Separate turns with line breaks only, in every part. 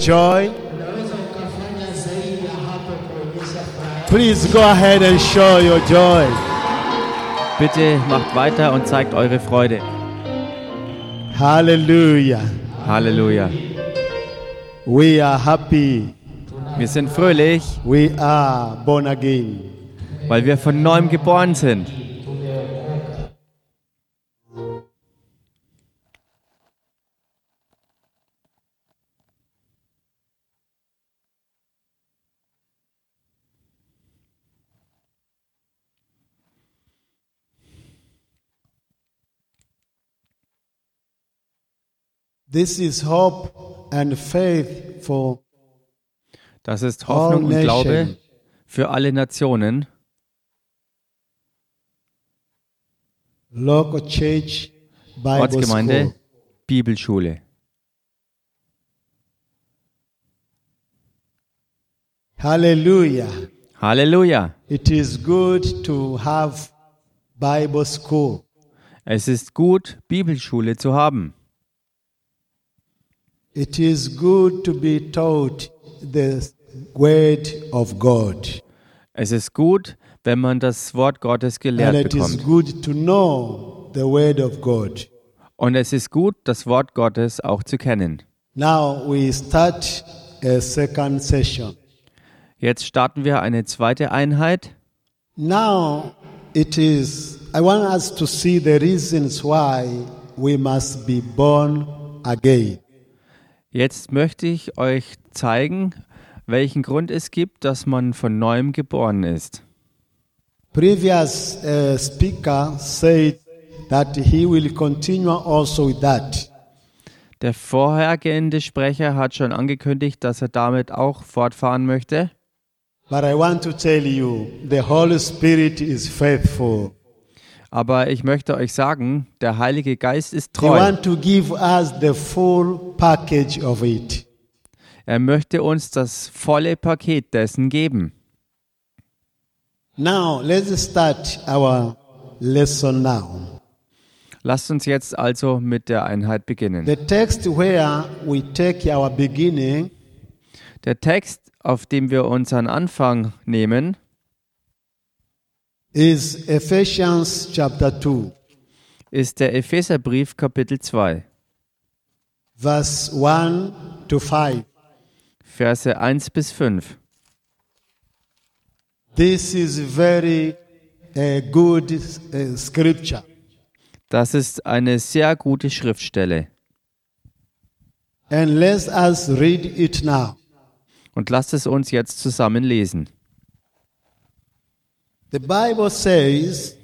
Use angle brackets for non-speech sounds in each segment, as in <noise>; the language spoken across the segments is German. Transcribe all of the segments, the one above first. joy.
Unaweza ukafanya zaidi ya hapo kuonyesha furaha.
Please go ahead and show your joy.
Bitte macht weiter und zeigt eure Freude.
Hallelujah.
Halleluja.
We are happy.
Wir sind fröhlich,
We are born again.
weil wir von neuem geboren sind.
This is hope and faith for
Das ist
All
Hoffnung und Glaube
nation.
für alle Nationen.
local church Bible
Ortsgemeinde,
school.
Bibelschule.
Hallelujah.
Halleluja.
It is good to have Bible school.
Es ist gut, Bibelschule zu haben.
It is good to be taught the word of God.
Es ist gut, wenn man das Wort Gottes
And
gelehrt
it is
bekommt.
good to know the word of God.
Und es ist gut, das Wort Gottes auch zu kennen.
Now we start a second session.
Jetzt starten wir eine zweite Einheit.
Now it is, I want us to see the reasons why we must be born again.
Jetzt möchte ich euch zeigen, welchen Grund es gibt, dass man von neuem geboren ist.
Previous uh, speaker said that he will continue also with that.
Der vorhergehende Sprecher hat schon angekündigt, dass er damit auch fortfahren möchte.
But I want to tell you, the Holy Spirit is faithful.
Aber ich möchte euch sagen, der Heilige Geist ist
He
treu.
wants to give us the full package of it.
Er möchte uns das volle Paket dessen geben.
Now let's start our lesson now.
Lasst uns jetzt also mit der Einheit beginnen.
The text where we take our beginning
Der Text, auf dem wir unseren Anfang nehmen,
is Ephesians chapter 2,
ist der Epheserbrief Kapitel 2,
verse 1 to 5.
Verse 1 bis 5.
This is very uh, good uh, scripture.
Das ist eine sehr gute Schriftstelle.
And let us read it now.
Und lasst es uns jetzt zusammen lesen.
The Bible says,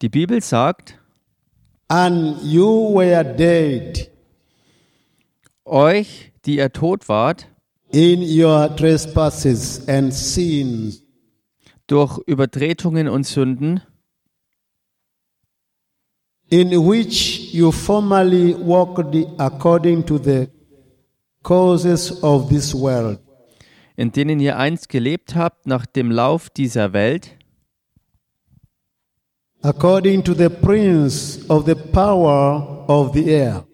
Die Bibel sagt,
And you were dead
euch, die ihr tot wart,
in your trespasses and sins.
durch Übertretungen und Sünden,
in which you formerly walked according to the causes of this world,
in denen ihr einst gelebt habt nach dem Lauf dieser Welt,
according to the prince of the power of the air,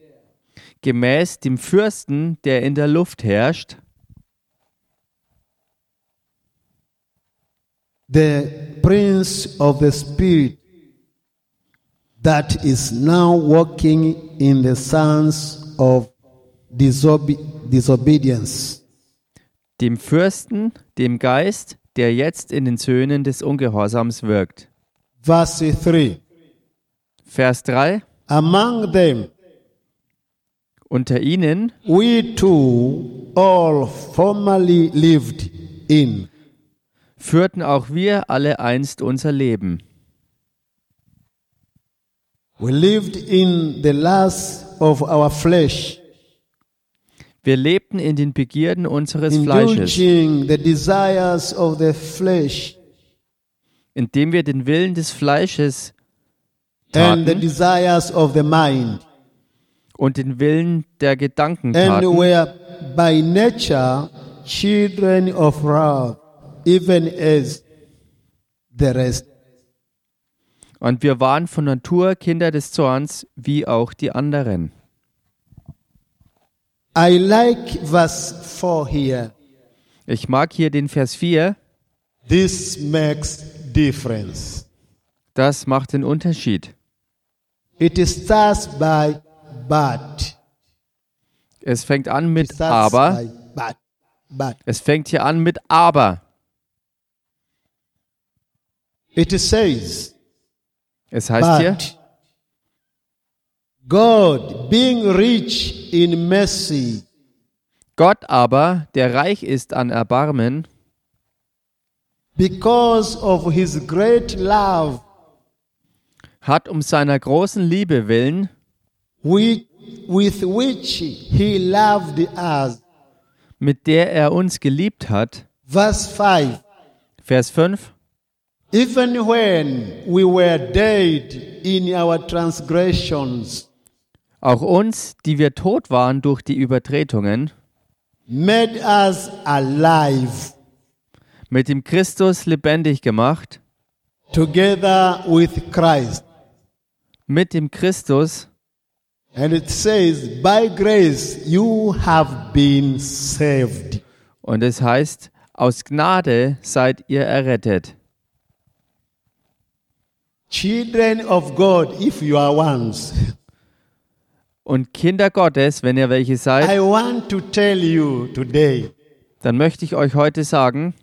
gemäß dem Fürsten, der in der Luft herrscht,
the prince of the spirit that is now walking in the sons of disobe- disobedience.
dem Fürsten, dem Geist, der jetzt in den Söhnen des Ungehorsams wirkt.
Verse 3
Vers 3.
Among them,
Unter ihnen,
we too all formerly lived in.
führten auch wir alle einst unser Leben.
We lived in the lust of our flesh,
Wir lebten in den Begierden unseres Fleisches,
indulging the desires of the flesh
indem wir den Willen des Fleisches
and the
taten
desires of the mind,
und den Willen der Gedanken
and
taten,
were by nature children of wrath, even as the rest.
und wir waren von Natur Kinder des Zorns, wie auch die anderen.
I like verse 4 here.
Ich mag hier den Vers 4.
This makes difference.
Das macht den Unterschied.
It starts by but.
Es fängt an
It
mit
starts
aber.
by but. But
Es fängt hier an mit aber.
it says
Es heißt hier,
but God being rich in mercy
Gott aber, der reich ist an Erbarmen,
because of his great love
hat um seiner großen Liebe willen,
which, with which he loved us.
mit der er uns geliebt hat.
Verse 5
Vers 5.
Even when we were dead in our transgressions,
Auch uns, die wir tot waren durch die Übertretungen,
made us alive
mit dem Christus lebendig gemacht,
together with Christ.
mit dem Christus,
And it says, By grace you have been saved.
und es heißt, aus Gnade seid ihr errettet.
Children of God, if you are ones,
Und Kinder Gottes, wenn ihr welche seid,
I want to tell you today
dann möchte ich euch heute sagen,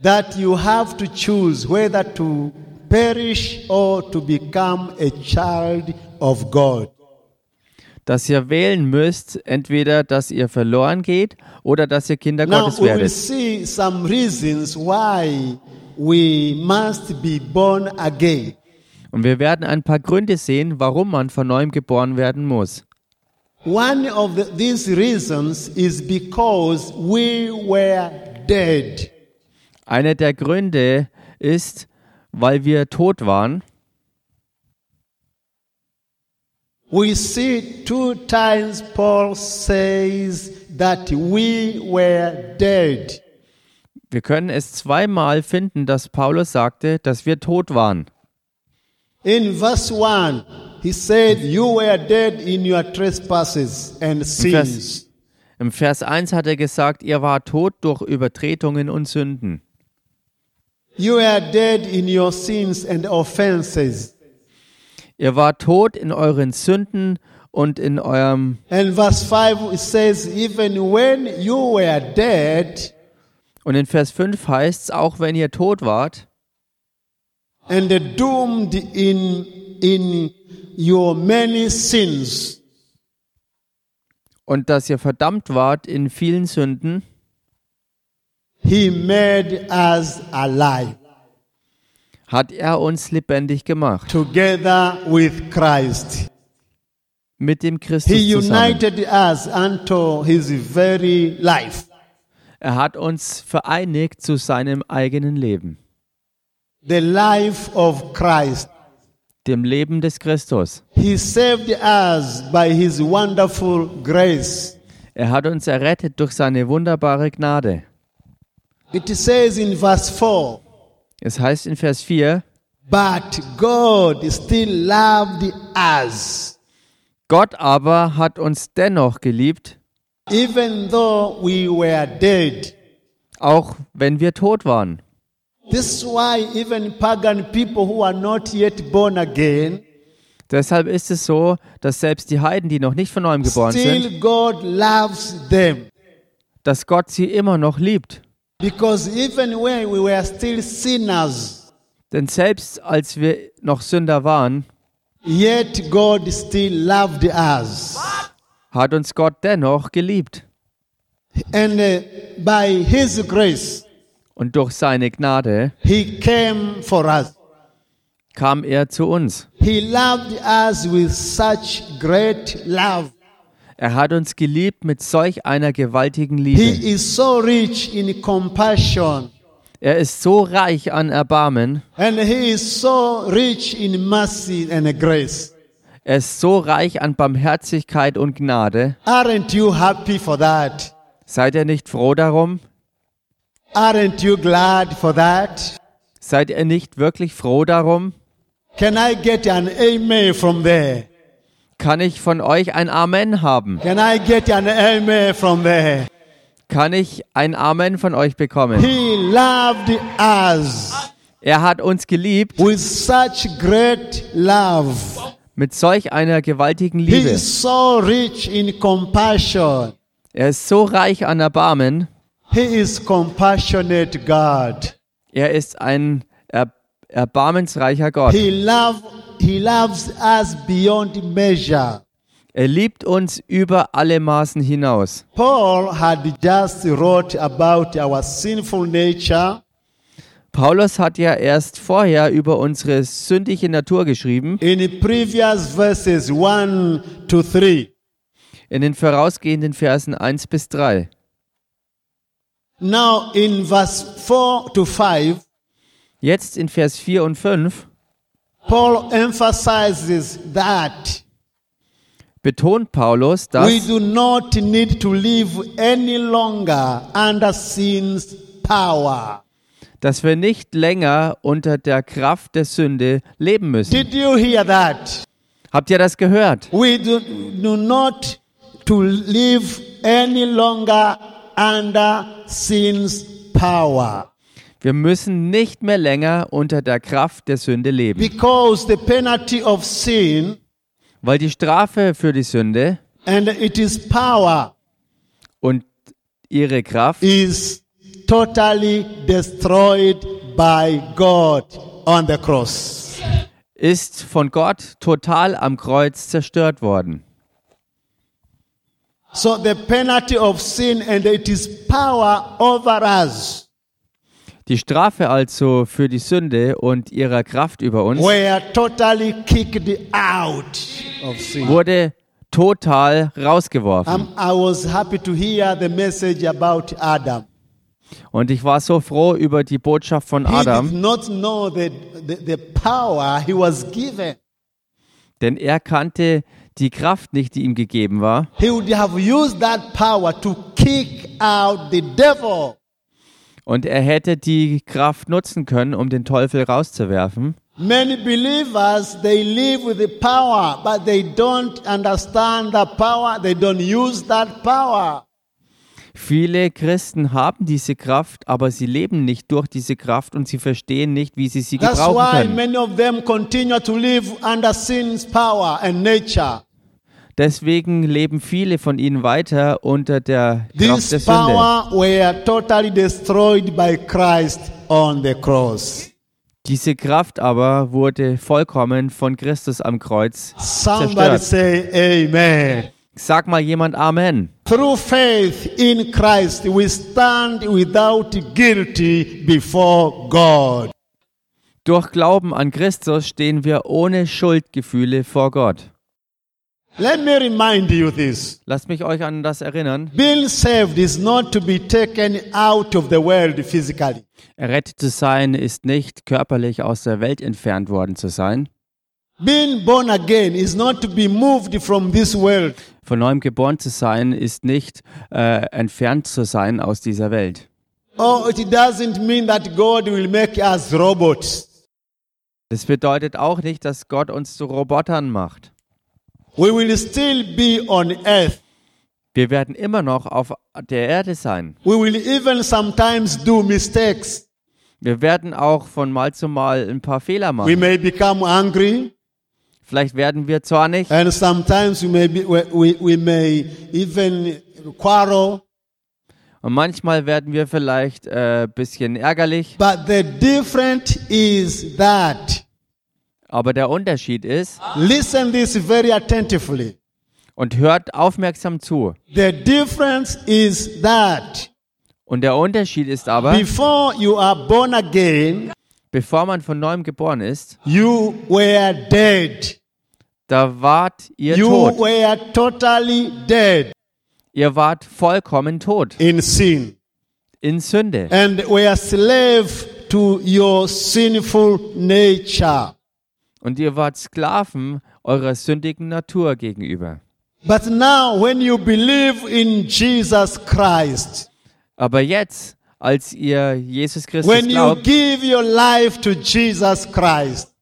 that you have to choose whether to perish or to become a child of God.
dass ihr wählen müsst, entweder dass ihr verloren geht oder dass ihr Kinder
Now
Gottes
we will
werdet.
see some reasons why we must be born again.
Und wir werden ein paar Gründe sehen, warum man von neuem geboren werden muss.
One of the, these reasons is because we were dead.
Einer der Gründe ist, weil wir tot waren.
We see two times Paul says that we were dead.
Wir können es zweimal finden, dass Paulus sagte, dass wir tot waren.
In verse 1, he said, You were dead in your trespasses and sins.
Im Vers 1 hat er gesagt, ihr wart tot durch Übertretungen und Sünden.
You were dead in your sins and offenses.
Ihr wart tot in euren Sünden und in eurem
And verse 5 it says, Even when you were dead
und in Vers 5 heißt es, auch wenn ihr tot wart
and doomed in, in your many sins,
und dass ihr verdammt wart in vielen Sünden,
he made us alive
hat er uns lebendig gemacht
together with Christ.
mit dem Christus
He
zusammen.
united us unto his very life.
Er hat uns vereinigt zu seinem eigenen Leben,
The life of Christ.
dem Leben des Christus.
He saved us by his wonderful grace.
Er hat uns errettet durch seine wunderbare Gnade.
It says in verse 4
Es heißt in Vers 4,
But God still loved us,
Gott aber hat uns dennoch geliebt,
even though we were dead.
auch wenn wir tot waren.
This is why even pagan people who are not yet born again,
Deshalb ist es so, dass selbst die Heiden, die noch nicht von neuem geboren sind,
still God loves them.
dass Gott sie immer noch liebt.
Because even when we were still sinners,
Denn selbst als wir noch Sünder waren,
yet God still loved us.
hat uns Gott dennoch geliebt.
And uh, by his grace,
Und durch seine Gnade
he came for us.
kam er zu uns.
He loved us with such great love.
Er hat uns geliebt mit solch einer gewaltigen Liebe.
He is so rich in compassion
Er ist so reich an Erbarmen,
and he is so rich in mercy and grace.
er ist so reich an Barmherzigkeit und Gnade.
Aren't you happy for that?
Seid ihr nicht froh darum?
Aren't you glad for that?
Seid ihr nicht wirklich froh darum?
Can I get an amen from there?
Kann ich von euch ein Amen haben?
Can I get an amen from there?
Kann ich ein Amen von euch bekommen?
He loved us
Er hat uns geliebt
with such great love.
mit solch einer gewaltigen
He
Liebe.
is so rich in compassion.
Er ist so reich an Erbarmen.
He is compassionate God.
Er ist ein er erbarmensreicher Gott.
He love he loves us beyond measure.
Er liebt uns über alle Maßen hinaus.
Paul had just wrote about our sinful nature
Paulus hat ja erst vorher über unsere sündige Natur geschrieben,
in previous verses 1 to 3.
in den vorausgehenden Versen 1 bis 3.
Now in verse 4 to 5,
Jetzt in Vers 4 und 5
Paul emphasizes that
betont Paulus,
we
dass
do not need to live any longer under sin's power.
dass wir nicht länger unter der Kraft der Sünde leben müssen.
Did you hear that?
Habt ihr das gehört?
We do, do not to live any longer under sin's power
Wir müssen nicht mehr länger unter der Kraft der Sünde leben,
because the penalty of sin
weil die Strafe für die Sünde
and its power
und ihre Kraft
is totally destroyed by God on the cross.
ist von Gott total am Kreuz zerstört worden.
So the penalty of sin and its power over us
Die Strafe also für die Sünde und ihrer Kraft über uns
were totally kicked out of sin.
wurde total rausgeworfen.
Um, I was happy to hear the message about Adam.
Und ich war so froh über die Botschaft von
He
Adam,
did not know the, the, the power he was given.
denn er kannte die Kraft nicht, die ihm gegeben war.
He would have used that power to kick out the devil.
Und er hätte die Kraft nutzen können, um den Teufel rauszuwerfen.
Many believers, they live with the power, but they don't understand the power. They don't use that power.
Viele Christen haben diese Kraft, aber sie leben nicht durch diese Kraft und sie verstehen nicht, wie sie sie
That's
gebrauchen
why
können.
many of them continue to live under sin's power and nature.
Deswegen leben viele von ihnen weiter unter der Kraft der
This
Sünde.
power were totally destroyed by Christ on the cross.
Diese Kraft aber wurde vollkommen von Christus am Kreuz
Somebody
zerstört.
say amen.
Sag mal jemand Amen.
Through faith in Christ, we stand without guilty before God.
Durch Glauben an Christus stehen wir ohne Schuldgefühle vor Gott.
Let me remind you this.
Lasst mich euch an das erinnern.
Being saved is not to be taken out of the world physically.
Errettet zu sein ist nicht körperlich aus der Welt entfernt worden zu sein.
Being born again is not to be moved from this world.
Von neuem geboren zu sein ist nicht äh, entfernt zu sein aus dieser Welt.
Oh, it doesn't mean that God will make us robots.
Das bedeutet auch nicht, dass Gott uns zu Robotern macht.
We will still be on earth.
Wir werden immer noch auf der Erde sein.
We will even sometimes do mistakes.
Wir werden auch von Mal zu Mal ein paar Fehler
We
machen.
may become angry,
Vielleicht werden wir zornig
and sometimes we may, be, we, we, we may even quarrel.
und manchmal werden wir vielleicht ein äh, bisschen ärgerlich.
But the difference is that,
Aber der Unterschied ist,
listen this very attentively.
und hört aufmerksam zu.
The difference is that
Und der Unterschied ist aber,
before you are born again,
bevor man von neuem geboren ist,
you were dead.
da wart ihr
You
tot.
were totally dead
Ihr wart vollkommen tot
in sin
in Sünde
and were slave to your sinful nature.
und ihr wart Sklaven eurer sündigen Natur gegenüber.
But now, when you believe in Jesus Christ,
Aber jetzt, als ihr Jesus Christus
when you
glaubt,
give your life to Jesus Christ,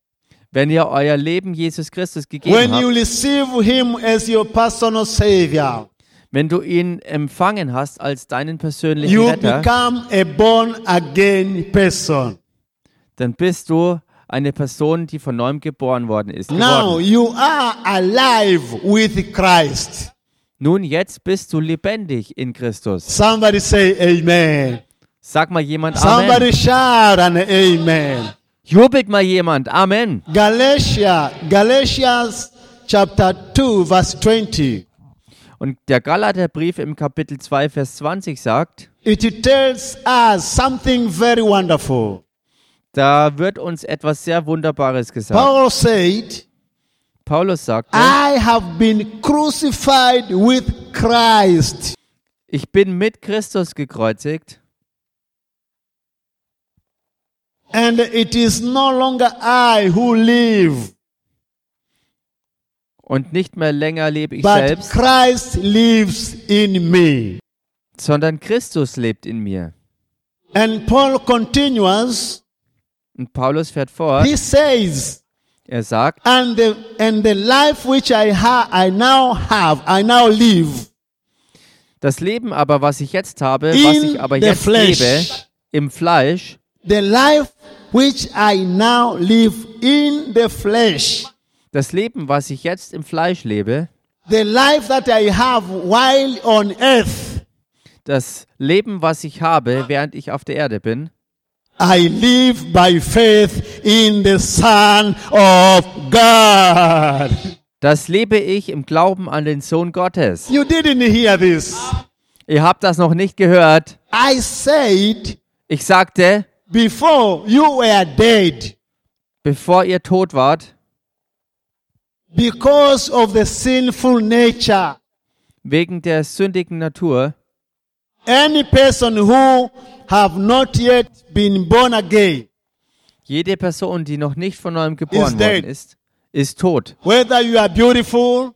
Wenn ihr euer Leben Jesus Christus gegeben
When you
habt,
receive Him as your personal Savior,
wenn du ihn empfangen hast als deinen persönlichen
you
Retter,
become a born again person.
dann bist du eine Person, die von neuem geboren worden ist.
Now
Geworden.
you are alive with Christ.
Nun jetzt bist du lebendig in Christus.
Somebody say amen.
Sag mal jemand
Somebody
Amen.
shout an amen.
Jubelt mal jemand. Amen.
Galatia, Galatians chapter 2 verse 20.
Und der Galaterbrief im Kapitel 2, Vers 20 sagt,
It tells us something very wonderful.
da wird uns etwas sehr Wunderbares gesagt.
Paul Ah! said,
Paulus sagt,
I have been crucified with Christ.
ich bin mit Christus gekreuzigt
And it is no longer I who live,
und nicht mehr länger lebe ich
but
selbst,
Christ lives in me.
sondern Christus lebt in mir.
And Paul continues,
Und Paulus fährt fort,
he says,
er sagt,
and the, and the life which I, ha- I now have, I now live
das Leben aber, was ich jetzt habe, was
in
ich aber
the
jetzt
flesh.
lebe, im Fleisch,
The life which I now live in the flesh.
das Leben, was ich jetzt im Fleisch lebe,
The life that I have while on earth,
das Leben, was ich habe, während ich auf der Erde bin,
I live by faith in the Son of God.
das lebe ich im Glauben an den Sohn Gottes.
You didn't hear this.
Ihr habt das noch nicht gehört.
I said,
Ich sagte,
before you were dead
bevor ihr tot wart,
because of the sinful nature.
wegen der sündigen Natur,
Any person who have not yet been born again,
jede Person, die noch nicht von neuem geboren
Is dead.
worden ist, ist tot.
whether you are beautiful,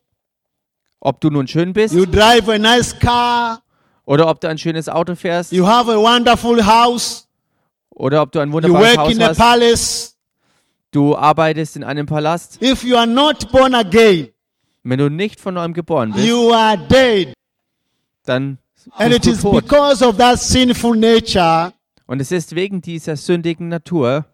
Ob du nun schön bist
you drive a nice car,
oder ob du ein schönes Auto fährst
you have a wonderful house,
oder ob du ein
you
wunderbares
work in a
Haus hast,
palace,
du arbeitest in einem Palast,
if you are not born again,
wenn du nicht von neuem geboren bist,
you are dead.
dann
And it is
bist du tot.
because of that sinful nature
Und es ist wegen dieser sündigen Natur,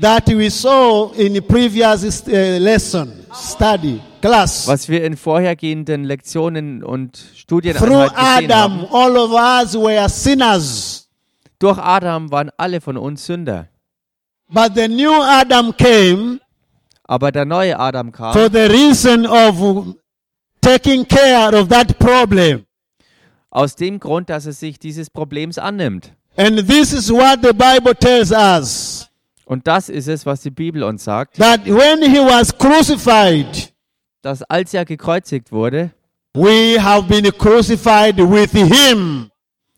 that we saw in the previous uh, lesson, study, class.
was wir in vorhergehenden Lektionen und Studien
Through
gesehen
Adam,
haben.
all of us were sinners.
Durch Adam waren alle von uns Sünder.
But the new Adam came
Aber der neue Adam
for
kam,
the reason of taking care of that problem.
aus dem Grund, dass er sich dieses Problems annimmt.
And this is what the Bible tells us
Und das ist es, was die Bibel uns sagt,
that when he was crucified,
dass als er gekreuzigt wurde,
we have been crucified with him.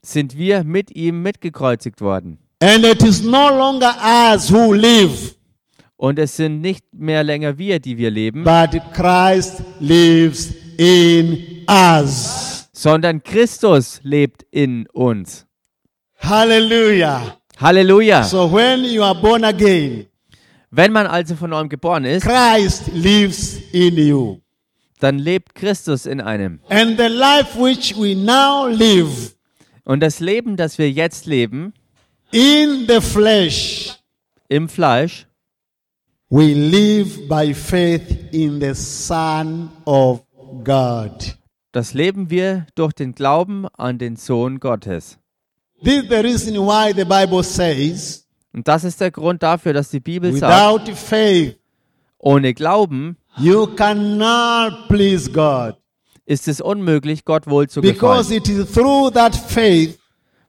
sind wir mit ihm mitgekreuzigt worden.
And it is no longer us who live,
Und es sind nicht mehr länger wir, die wir leben,
but Christ lives in us.
sondern Christus lebt in uns.
Hallelujah.
Halleluja!
So when you are born again,
Wenn man also von neuem geboren ist,
Christ lives in you.
dann lebt Christus in einem.
And the life which we now live
Und das Leben, das wir jetzt leben,
in the flesh,
im Fleisch,
we live by faith in the Son of God.
das leben wir durch den Glauben an den Sohn Gottes.
This is the reason why the Bible says,
Und das ist der Grund dafür, dass die Bibel sagt,
without faith,
ohne Glauben
you cannot please God.
ist es unmöglich, Gott wohl zu
Because
gefallen,
it is through that faith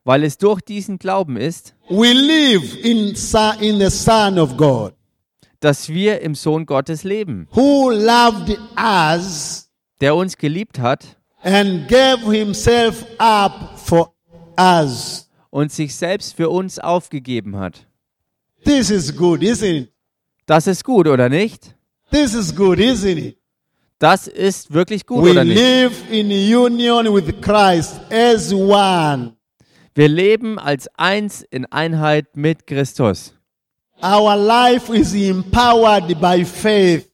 weil es durch diesen Glauben ist,
we live in, Son- in the Son of God,
dass wir im Sohn Gottes leben,
who loved us
der uns geliebt hat
and gave himself up for us.
und sich selbst für uns aufgegeben hat.
This is good, isn't it?
Das ist gut, oder nicht?
This is good, isn't it?
Das ist wirklich gut,
We
oder nicht?
live in union with Christ as one.
Wir leben als eins in Einheit mit Christus.
Our life is empowered by faith.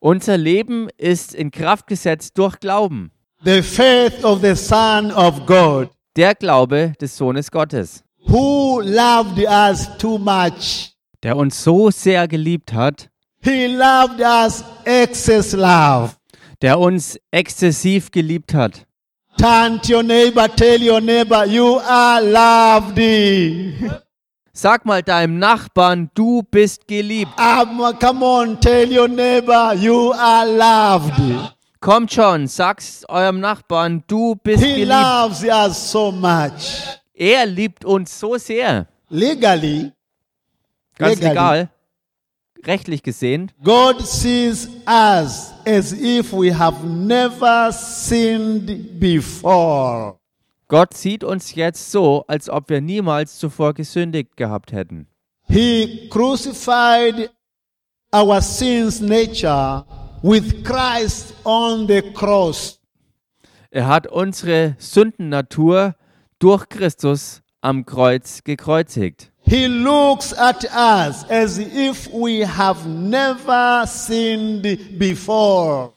Unser Leben ist in Kraft gesetzt durch Glauben.
The faith of the Son of God,
Der Glaube des Sohnes Gottes,
who loved us too much.
der uns so sehr geliebt hat,
He loved us excess love.
der uns exzessiv geliebt hat.
Turn to your neighbor, tell your neighbor, you are loved. <laughs>
Sag mal deinem Nachbarn, du bist geliebt.
Um, come on, tell your neighbor, you are loved.
Kommt schon, sag's eurem Nachbarn, du bist
He
geliebt.
loves us so much.
Er liebt uns so sehr.
Legally,
Ganz
Legally.
egal. Rechtlich gesehen,
God sees us as if we have never sinned before.
Gott sieht uns jetzt so, als ob wir niemals zuvor gesündigt gehabt hätten.
He crucified our sin's nature with Christ on the cross.
Er hat unsere Sündennatur durch Christus am Kreuz gekreuzigt.
He looks at us as if we have never sinned before.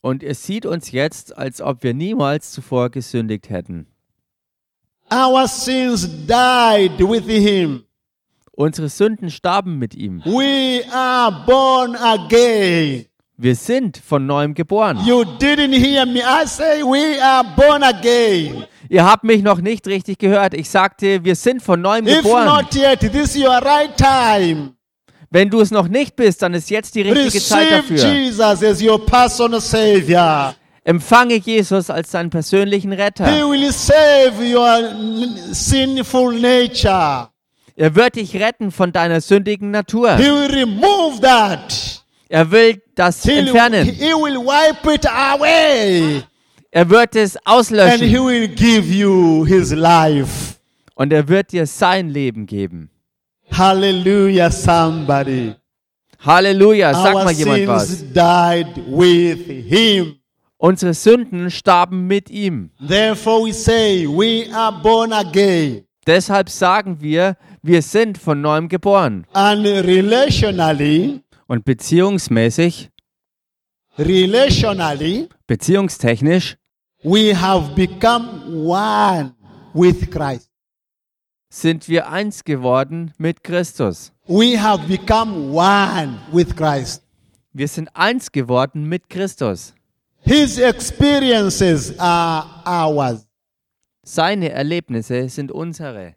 Und er sieht uns jetzt, als ob wir niemals zuvor gesündigt hätten.
Our sins died with him.
Unsere Sünden starben mit ihm.
We are born again.
Wir sind von neuem geboren.
You didn't hear me. I say we are born again.
Ihr habt mich noch nicht richtig gehört. Ich sagte, wir sind von neuem
If
geboren.
not yet, this is your right time.
Wenn du es noch nicht bist, dann ist jetzt die richtige Zeit
Receive
dafür.
Jesus as your personal savior.
Empfange Jesus als deinen persönlichen
He
Retter.
will save your n- sinful nature.
Er wird dich retten von deiner sündigen Natur.
He will remove that.
Er will das
He will,
entfernen.
he will wipe it away.
Er wird es
And he
auslöschen.
will give you his life.
Und er wird dir sein Leben geben.
Hallelujah, somebody.
Halleluja, sag
Our
mal jemand
sins
was.
died with him.
Unsere Sünden starben mit ihm.
Therefore, we say we are born again.
Deshalb sagen wir, wir sind von neuem geboren.
And relationally,
Und beziehungsmäßig,
relationally,
beziehungstechnisch,
we have become one with Christ.
sind wir eins geworden mit Christus.
We have become one with Christ.
Wir sind eins geworden mit Christus.
His experiences are ours.
Seine Erlebnisse sind unsere.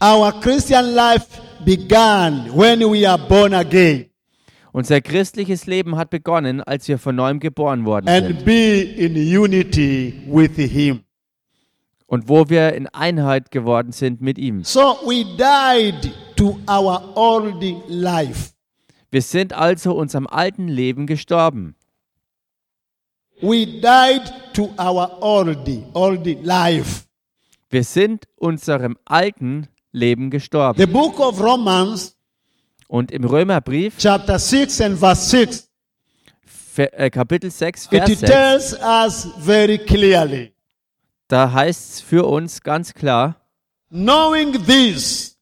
Our Christian life began when we are born again
Unser christliches Leben hat begonnen, als wir von neuem geboren worden
and
sind.
be in unity with Him.
Und wo wir in Einheit geworden sind mit ihm.
So we died to our old life.
Wir sind also unserem alten Leben gestorben.
We died to our old, old life.
Wir sind unserem alten Leben gestorben.
The book of Romans,
Und im Römerbrief,
chapter 6 and verse 6,
Ver- äh, Kapitel 6, Vers
it
6,
tells us very clearly
da heißt es für uns ganz klar,
knowing this,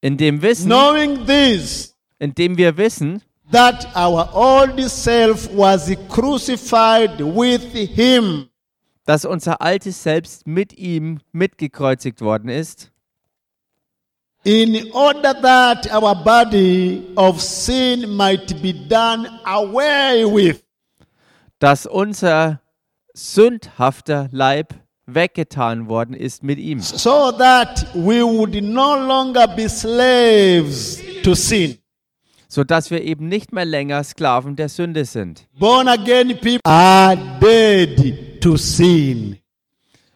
in dem Wissen,
knowing this,
in dem wir wissen,
that our old self was crucified with him
dass unser altes Selbst mit ihm mitgekreuzigt worden ist,
in order that our body of sin might be done away with.
dass unser sündhafter Leib weggetan worden ist mit ihm,
so that we would no longer be slaves to sin.
sodass wir eben nicht mehr länger Sklaven der Sünde sind.
Born again people are dead to sin.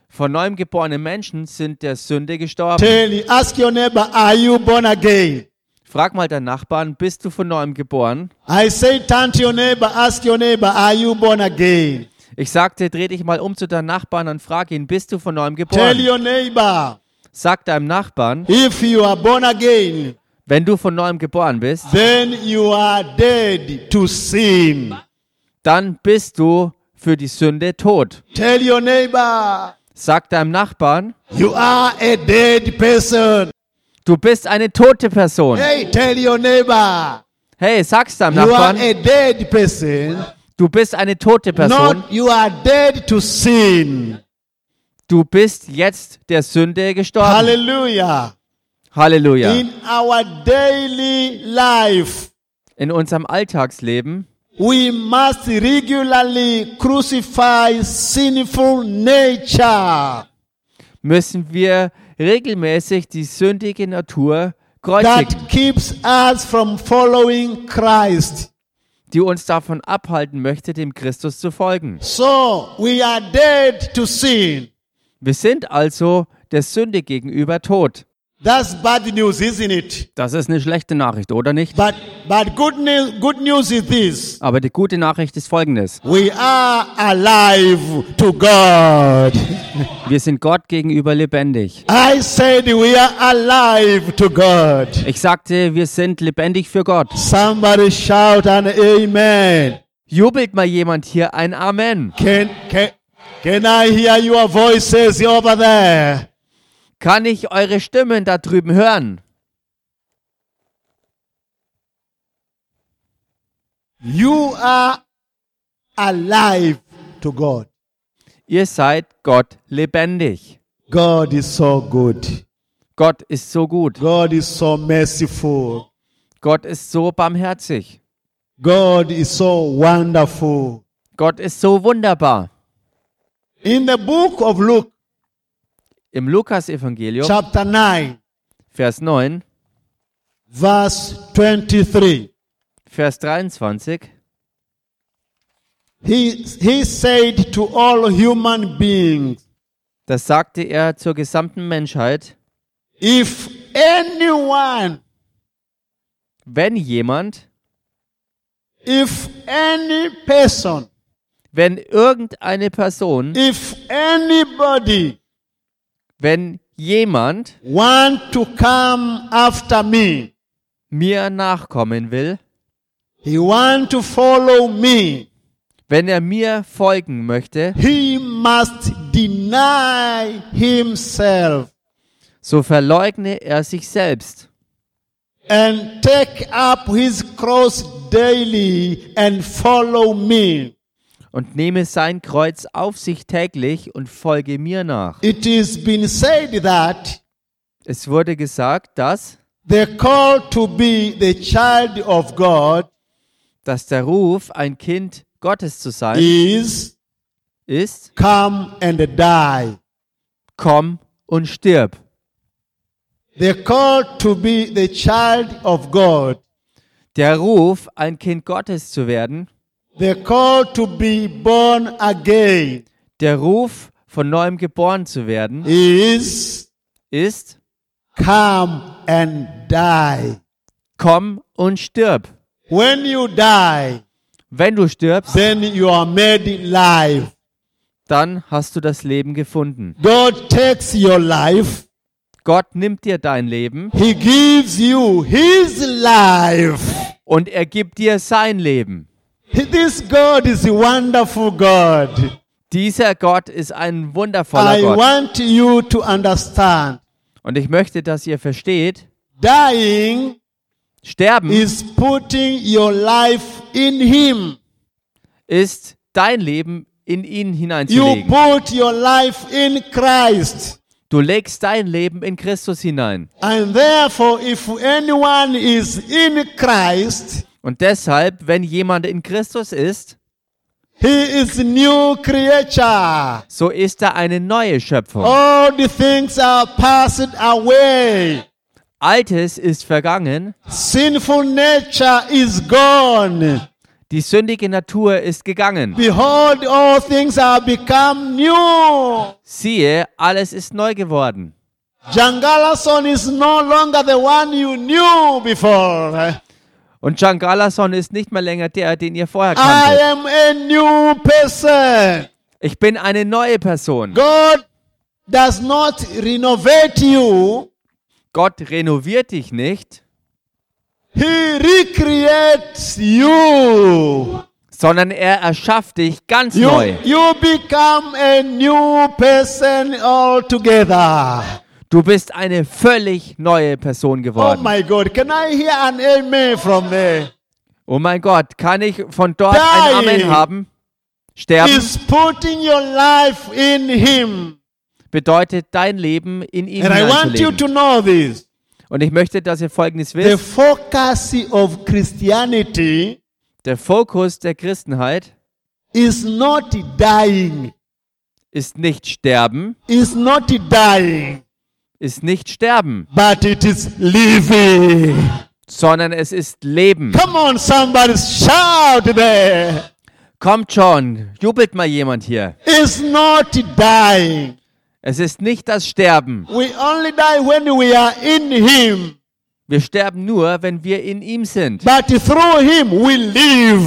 Von neuem geborene Menschen sind der Sünde gestorben.
Tell, ask your neighbor, are you born again?
Frag mal deinen Nachbarn, bist du von neuem geboren?
I say, turn to your neighbor, ask your neighbor, are you born again?
Ich sagte, dreh dich mal um zu deinem Nachbarn und frag ihn, bist du von neuem
Tell
geboren?
your neighbor,
Sag deinem Nachbarn,
if you are born again,
wenn du von neuem geboren bist,
then you are dead to sin.
dann bist du für die Sünde tot.
Tell your neighbor,
Sag deinem Nachbarn,
you are a dead person.
Du bist eine tote Person.
Hey, tell your neighbor,
Hey, sag's deinem
you are
Nachbarn.
a dead person.
Du bist eine tote Person.
Not you are dead to sin.
Du bist jetzt der Sünde gestorben.
Hallelujah.
Halleluja.
In our daily life,
In unserem Alltagsleben
we must regularly crucify sinful nature
müssen wir regelmäßig die sündige Natur kreuzigen,
that keeps us from following Christ.
die uns davon abhalten möchte, dem Christus zu folgen.
So we are dead to sin.
Wir sind also der Sünde gegenüber tot.
That's bad news, isn't it?
Das ist eine schlechte Nachricht, oder nicht?
But but good news good news is this.
Aber die gute Nachricht ist folgendes.
We are alive to God.
Wir sind Gott gegenüber lebendig.
I said we are alive to God.
Ich sagte, wir sind lebendig für Gott.
Somebody shout an amen.
Jubelt mal jemand hier ein Amen.
Can can can I hear your voices over there?
Kann ich eure Stimmen da drüben hören?
You are alive to God.
Ihr seid Gott lebendig.
God is so good.
Gott ist so gut.
God is so merciful.
Gott ist so barmherzig.
God is so wonderful.
Gott ist so wunderbar.
In the book of Luke,
Im Lukas-Evangelium,
chapter 9,
Vers 9,
verse 23,
Vers 23,
he, he said to all human beings,
das sagte er zur gesamten Menschheit,
If anyone,
wenn jemand,
if any person,
wenn irgendeine Person,
if anybody
wenn jemand
want to come after me,
mir nachkommen will,
he want to follow me,
wenn er mir folgen möchte,
he must deny himself
so verleugne er sich selbst
and take up his cross daily and follow me.
und nehme sein Kreuz auf sich täglich und folge mir nach.
It has been said that
Es wurde gesagt, dass,
the call to be the child of God
dass der Ruf, ein Kind Gottes zu sein,
is
ist,
come and die.
komm und stirb.
The call to be the child of God,
Der Ruf, ein Kind Gottes zu werden,
the call to be born again
der Ruf, von neuem geboren zu werden,
is
ist,
come and die.
komm und stirb.
When you die,
Wenn du stirbst,
then you are made live.
dann hast du das Leben gefunden.
God takes your life.
Gott nimmt dir dein Leben
He gives you His life.
und er gibt dir sein Leben.
This God is a wonderful God.
Dieser Gott ist ein wundervoller
I
Gott.
want you to understand
Und ich möchte, dass ihr versteht,
dying
Sterben
is putting your life in Him.
ist dein Leben in ihn
You
hineinzulegen.
put your life in Christ.
Du legst dein Leben in Christus hinein.
And therefore, if anyone is in Christ,
Und deshalb, wenn jemand in Christus ist,
he is a new creature.
so ist er eine neue Schöpfung.
All the things are passed away.
Altes ist vergangen,
Sinful nature is gone.
die sündige Natur ist gegangen.
Behold, all things are become new.
Siehe, alles ist neu geworden.
Jangalason is no longer the one you knew before.
Und John Galason ist nicht mehr länger der, den ihr vorher
I
kanntet.
am a new person.
Ich bin eine neue Person.
God does not renovate you,
Gott renoviert dich nicht,
He recreates you.
sondern er erschafft dich ganz
You,
neu.
you become a new person altogether.
Du bist eine völlig neue Person
Oh
geworden.
my God, can I hear an amen from there?
Oh mein Gott, kann ich von dort
Dying.
ein Amen haben? Sterben
He's putting your life in Him.
bedeutet dein Leben in ihm
And I want you
hineinzulegen.
to know this.
Und ich möchte, dass ihr Folgendes
The
wisst.
focus of Christianity
Der Fokus der Christenheit
is not dying.
ist nicht sterben,
Is not dying,
ist nicht sterben,
but it is living.
sondern es ist Leben.
Come on, somebody shout there.
Kommt schon, jubelt mal jemand hier.
It's not dying.
Es ist nicht das Sterben.
We only die when we are in Him,
Wir sterben nur, wenn wir in ihm sind.
but through Him we live.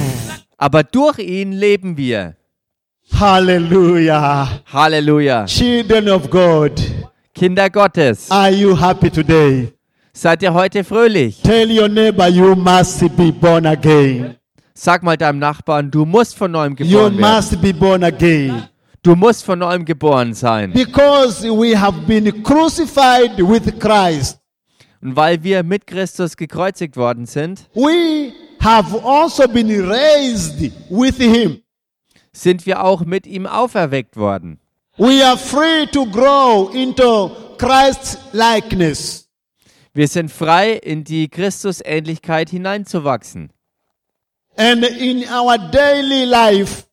Aber durch ihn leben wir.
Hallelujah.
Halleluja.
Children of God,
Kinder Gottes,
are you happy today?
seid ihr heute fröhlich?
Tell your neighbor you must be born again.
Sag mal deinem Nachbarn, du musst von neuem
You
geboren werden.
must be born again.
Du musst von neuem geboren sein.
Because we have been crucified with Christ,
Und weil wir mit Christus gekreuzigt worden sind,
we have also been raised with Him.
sind wir auch mit ihm auferweckt worden.
We are free to grow into Christ's likeness.
Wir sind frei, in die Christusähnlichkeit hineinzuwachsen.
And in our daily life,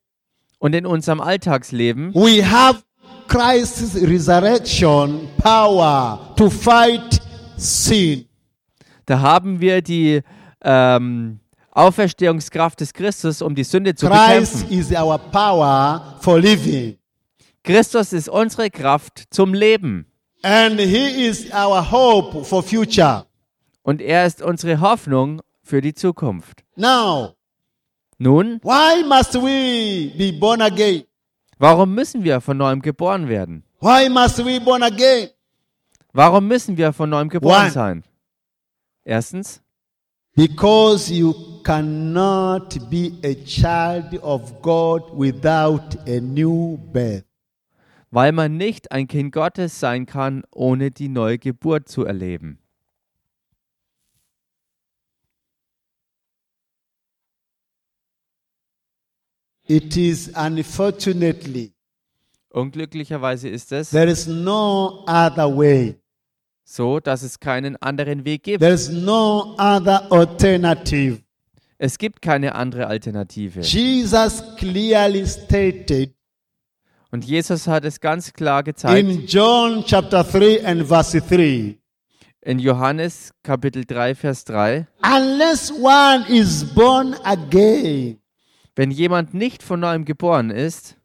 Und in unserem Alltagsleben
we have Christ's resurrection power to fight sin.
Da haben wir die ähm, Auferstehungskraft des Christus, um die Sünde zu
Christ
bekämpfen.
is our power for living.
Christus ist unsere Kraft zum Leben
And He is our hope for future.
und er ist unsere Hoffnung für die Zukunft.
Now,
Nun,
Why must we be born again?
warum müssen wir von neuem geboren werden?
Why must we born again?
Warum müssen wir von neuem geboren
Why?
sein? Erstens,
Because you cannot be a child of God without a new birth.
weil man nicht ein Kind Gottes sein kann, ohne die neue Geburt zu erleben.
It is unfortunately
Unglücklicherweise ist es
there is no other way.
so, dass es keinen anderen Weg gibt.
There is no other alternative.
Es gibt keine andere Alternative.
Jesus clearly stated
Und Jesus hat es ganz klar gezeigt in,
in John chapter 3 and verse 3.
Johannes Kapitel 3, Vers 3.
Unless one is born again,
Wenn jemand nicht von neuem geboren ist,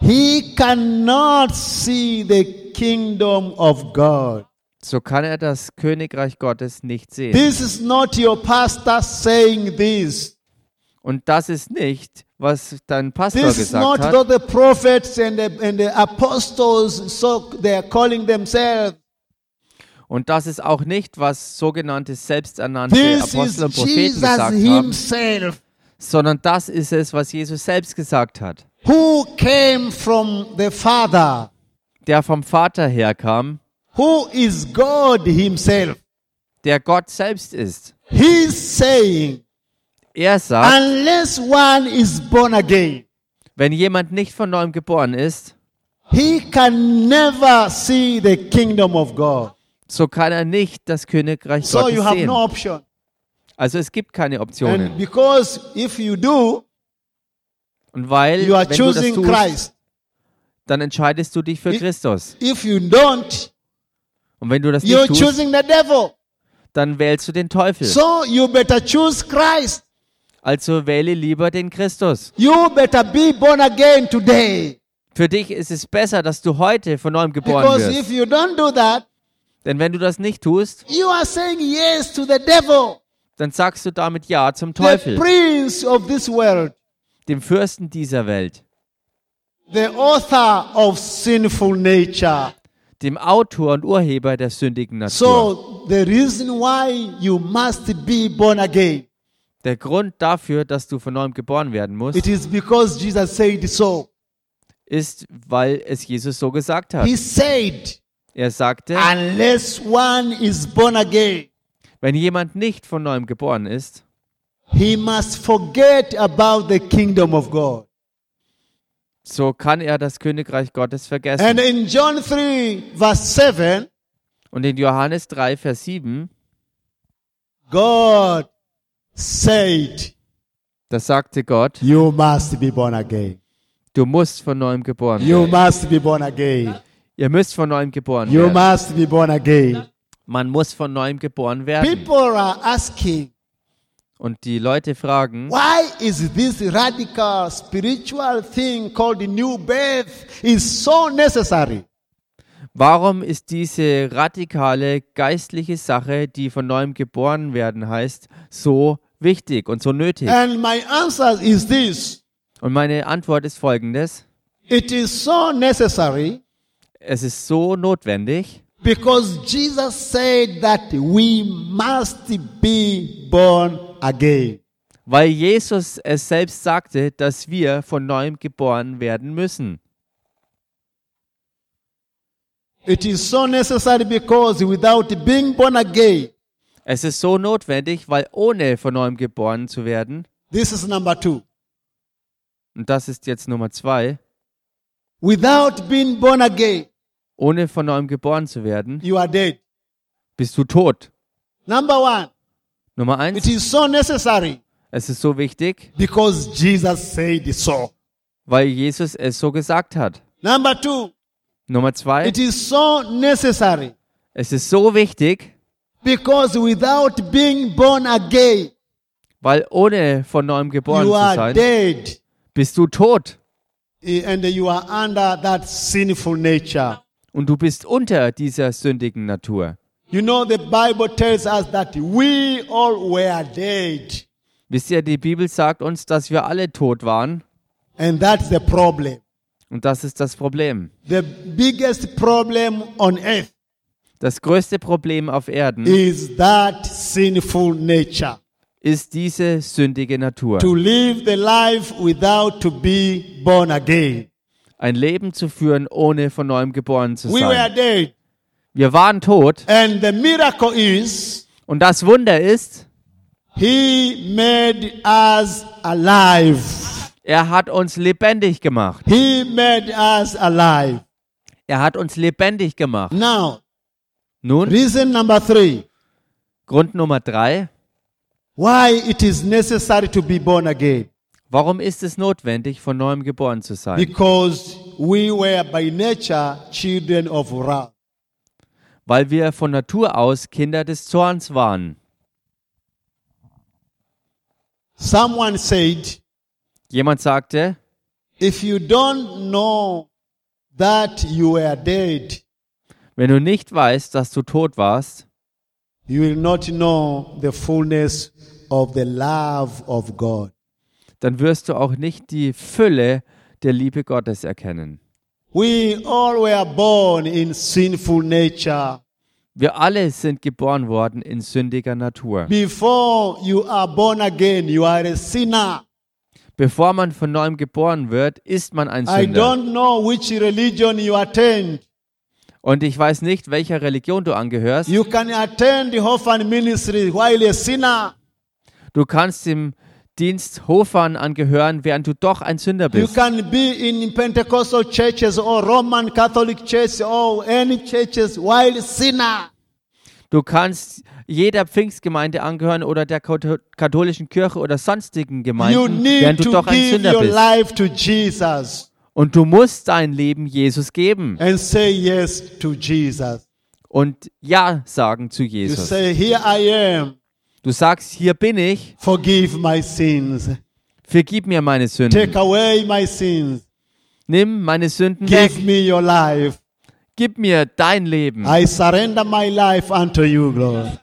He cannot see the kingdom of God.
so kann er das Königreich Gottes nicht sehen.
This is not your pastor saying this.
Und das ist nicht, was dein Pastor
This is not
gesagt
what
hat.
the prophets and the, and the apostles so they are calling themselves.
Und das ist auch nicht, was sogenannte selbsternannte
This is
Apostel und Propheten
Jesus
gesagt haben,
himself
sondern das ist es, was Jesus selbst gesagt hat,
who came from the Father,
der vom Vater herkam,
who is God himself.
der Gott selbst ist.
He's saying,
Er sagt,
unless one is born again,
wenn jemand nicht von neuem geboren ist,
he can never see the kingdom of God.
so kann er nicht das Königreich
So you
Gottes
have
sehen.
no option.
Also es gibt keine
And
Optionen.
because if you do,
Und weil,
you are
wenn du das
choosing
tust,
Christ.
dann entscheidest du dich für
I-
Christus.
If you don't,
Und wenn du das
you're
nicht tust,
choosing the devil.
dann wählst du den Teufel.
So you better choose Christ.
Also wähle lieber den Christus.
You better be born again today.
Für dich ist es besser, dass du heute von neuem geboren
Because if
wirst.
you don't do that,
Denn wenn du das nicht tust,
you are saying yes to the devil,
dann sagst du damit Ja zum
the
Teufel,
prince of this world,
dem Fürsten dieser Welt,
the author of sinful nature.
dem Autor und Urheber der sündigen Natur.
So the reason why you must be born again,
Der Grund dafür, dass du von neuem geboren werden musst,
it is because Jesus said so.
ist, weil es Jesus so gesagt hat.
He said,
Er sagte,
Unless one is born again,
wenn jemand nicht von neuem geboren ist,
he must forget about the kingdom of God.
so kann er das Königreich Gottes vergessen.
And in John 3, verse 7,
Und in Johannes 3, Vers 7,
God said,
da sagte Gott,
You must be born again.
du musst von neuem geboren
You
werden.
must be born again.
Ihr müsst von neuem geboren
You
werden.
must be born again.
Man muss von neuem geboren werden.
People are asking,
Und die Leute fragen,
why is this radical spiritual thing called the new birth is so necessary?
Warum ist diese radikale geistliche Sache, die von neuem geboren werden heißt, so wichtig und so nötig?
And my answer is this.
Und meine Antwort ist folgendes.
It is so necessary
Es ist so notwendig,
because Jesus said that we must be born again.
weil Jesus es selbst sagte, dass wir von neuem geboren werden müssen.
It is so necessary because without being born again,
Es ist so notwendig, weil ohne von neuem geboren zu werden,
this is number two.
und das ist jetzt Nummer zwei,
Without being born again,
ohne von neuem geboren zu werden,
you are dead.
bist du tot.
Number one,
Nummer
it
eins,
is so necessary
es ist so wichtig,
because Jesus said so.
weil Jesus es so gesagt hat.
Number two,
Nummer zwei,
it is so necessary
Es ist so wichtig,
because without being born again,
weil ohne von neuem geboren
you
zu
are
sein,
dead.
bist du tot
and you are under that sinful nature.
und du bist unter dieser sündigen Natur.
You know, the Bible tells us that we all were dead,
Wisst ihr, die Bibel sagt uns, dass wir alle tot waren
and that's the problem.
und das ist das Problem.
The biggest problem on earth
Das größte Problem auf Erden
is that sinful nature
ist diese sündige Natur.
to live the life without to be born again.
Ein Leben zu führen, ohne von neuem geboren zu
We were
sein.
dead,
Wir waren tot
and the miracle is
und das Wunder ist,
He made us alive.
er hat uns lebendig gemacht.
He made us alive.
Er hat uns lebendig gemacht.
Now,
Nun,
reason number three.
Grund Nummer drei.
why it is necessary to be born again
Warum ist es notwendig, von neuem geboren zu sein?
because we were by nature children of wrath
Weil wir von Natur aus Kinder des Zorns waren.
someone said
Jemand sagte,
if you don't know that you were dead
wenn du nicht weißt, dass du tot warst,
you will not know the fullness of the love of god
dann wirst du auch nicht die Fülle der Liebe Gottes erkennen.
we all were born in sinful nature
Wir alle sind geboren worden in sündiger Natur.
before you are born again you are a sinner
Bevor man von neuem geboren wird, ist man ein
i
Sünder.
don't know which religion you attend
Und ich weiß nicht, welcher Religion du angehörst.
You can attend the orphan ministry while a sinner.
Du kannst dem Dienst Hofern angehören, während du doch ein Sünder
You
bist.
can be in Pentecostal churches or Roman Catholic churches or any churches while a sinner.
Du kannst jeder Pfingstgemeinde angehören oder der Kato- katholischen Kirche oder sonstigen
You
Gemeinden,
need
während du
to
doch ein
give
Sünder
your
bist.
life to Jesus
Und du musst dein Leben Jesus geben
and say yes to Jesus.
und Ja sagen zu
You
Jesus.
say, Here I am,
Du sagst, hier bin ich,
forgive my sins,
vergib mir meine
take
Sünden,
away my sins,
nimm meine Sünden weg,
give Mm. me your life.
gib mir dein Leben.
I surrender my life unto you, Lord.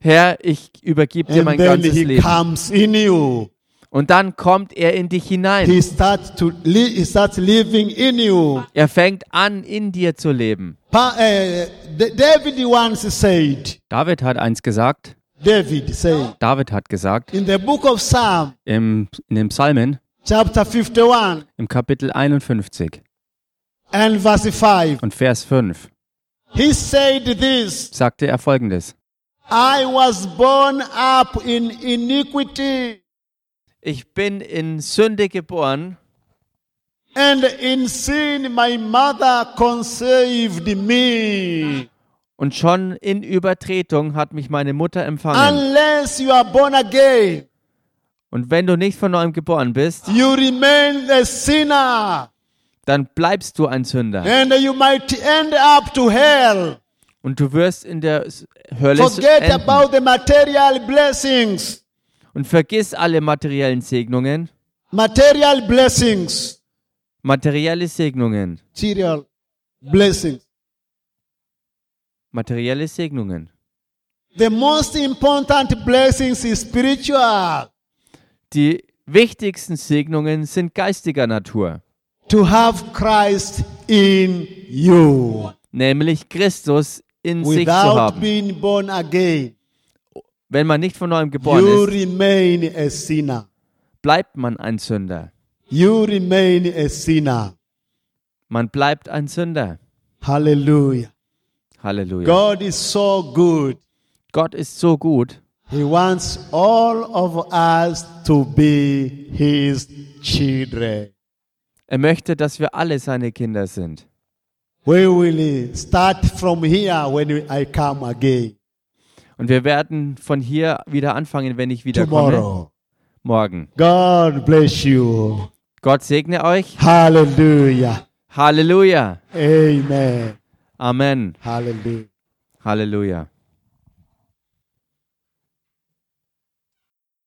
Herr, ich übergib dir
And
mein
then
ganzes
He
Leben.
comes in you.
Und dann kommt er in dich hinein.
He starts to li- he starts living in you.
Er fängt an, in dir zu leben.
Pa- eh, D- David once said,
David hat eins gesagt.
David said
David hat gesagt,
in the book of Psalm
im, in dem Psalmen,
chapter 51
im Kapitel 51
and verse 5,
und Vers 5.
He said this
sagte er folgendes.
I was born up in iniquity,
Ich bin in Sünde geboren
and in sin my mother conceived me.
und schon in Übertretung hat mich meine Mutter empfangen.
Unless you are born again,
Und wenn du nicht von neuem geboren bist,
you remain a sinner,
dann bleibst du ein Sünder.
and you might end up to hell.
Und du wirst in der S- Hölle
Forget
enden.
about the material blessings.
Und vergiss alle materiellen Segnungen.
Material blessings.
Materielle Segnungen.
Material blessings.
Materielle Segnungen.
The most important blessings is spiritual.
Die wichtigsten Segnungen sind geistiger Natur,
To have Christ in you
nämlich Christus in sich zu
without
haben.
being born again.
Wenn man nicht von neuem
You
geboren ist,
remain a sinner.
bleibt man ein Sünder.
You remain a sinner.
Man bleibt ein Sünder.
Hallelujah.
Halleluja.
God is so good.
Gott ist so gut.
He wants all of us to be his children.
Er möchte, dass wir alle seine Kinder sind.
We will start from here when I come again
Und wir werden von hier wieder anfangen, wenn ich wiederkomme.
tomorrow.
Morgen.
God bless you.
Gott segne euch.
Hallelujah.
Halleluja.
Amen.
Amen.
Hallelujah.
Halleluja.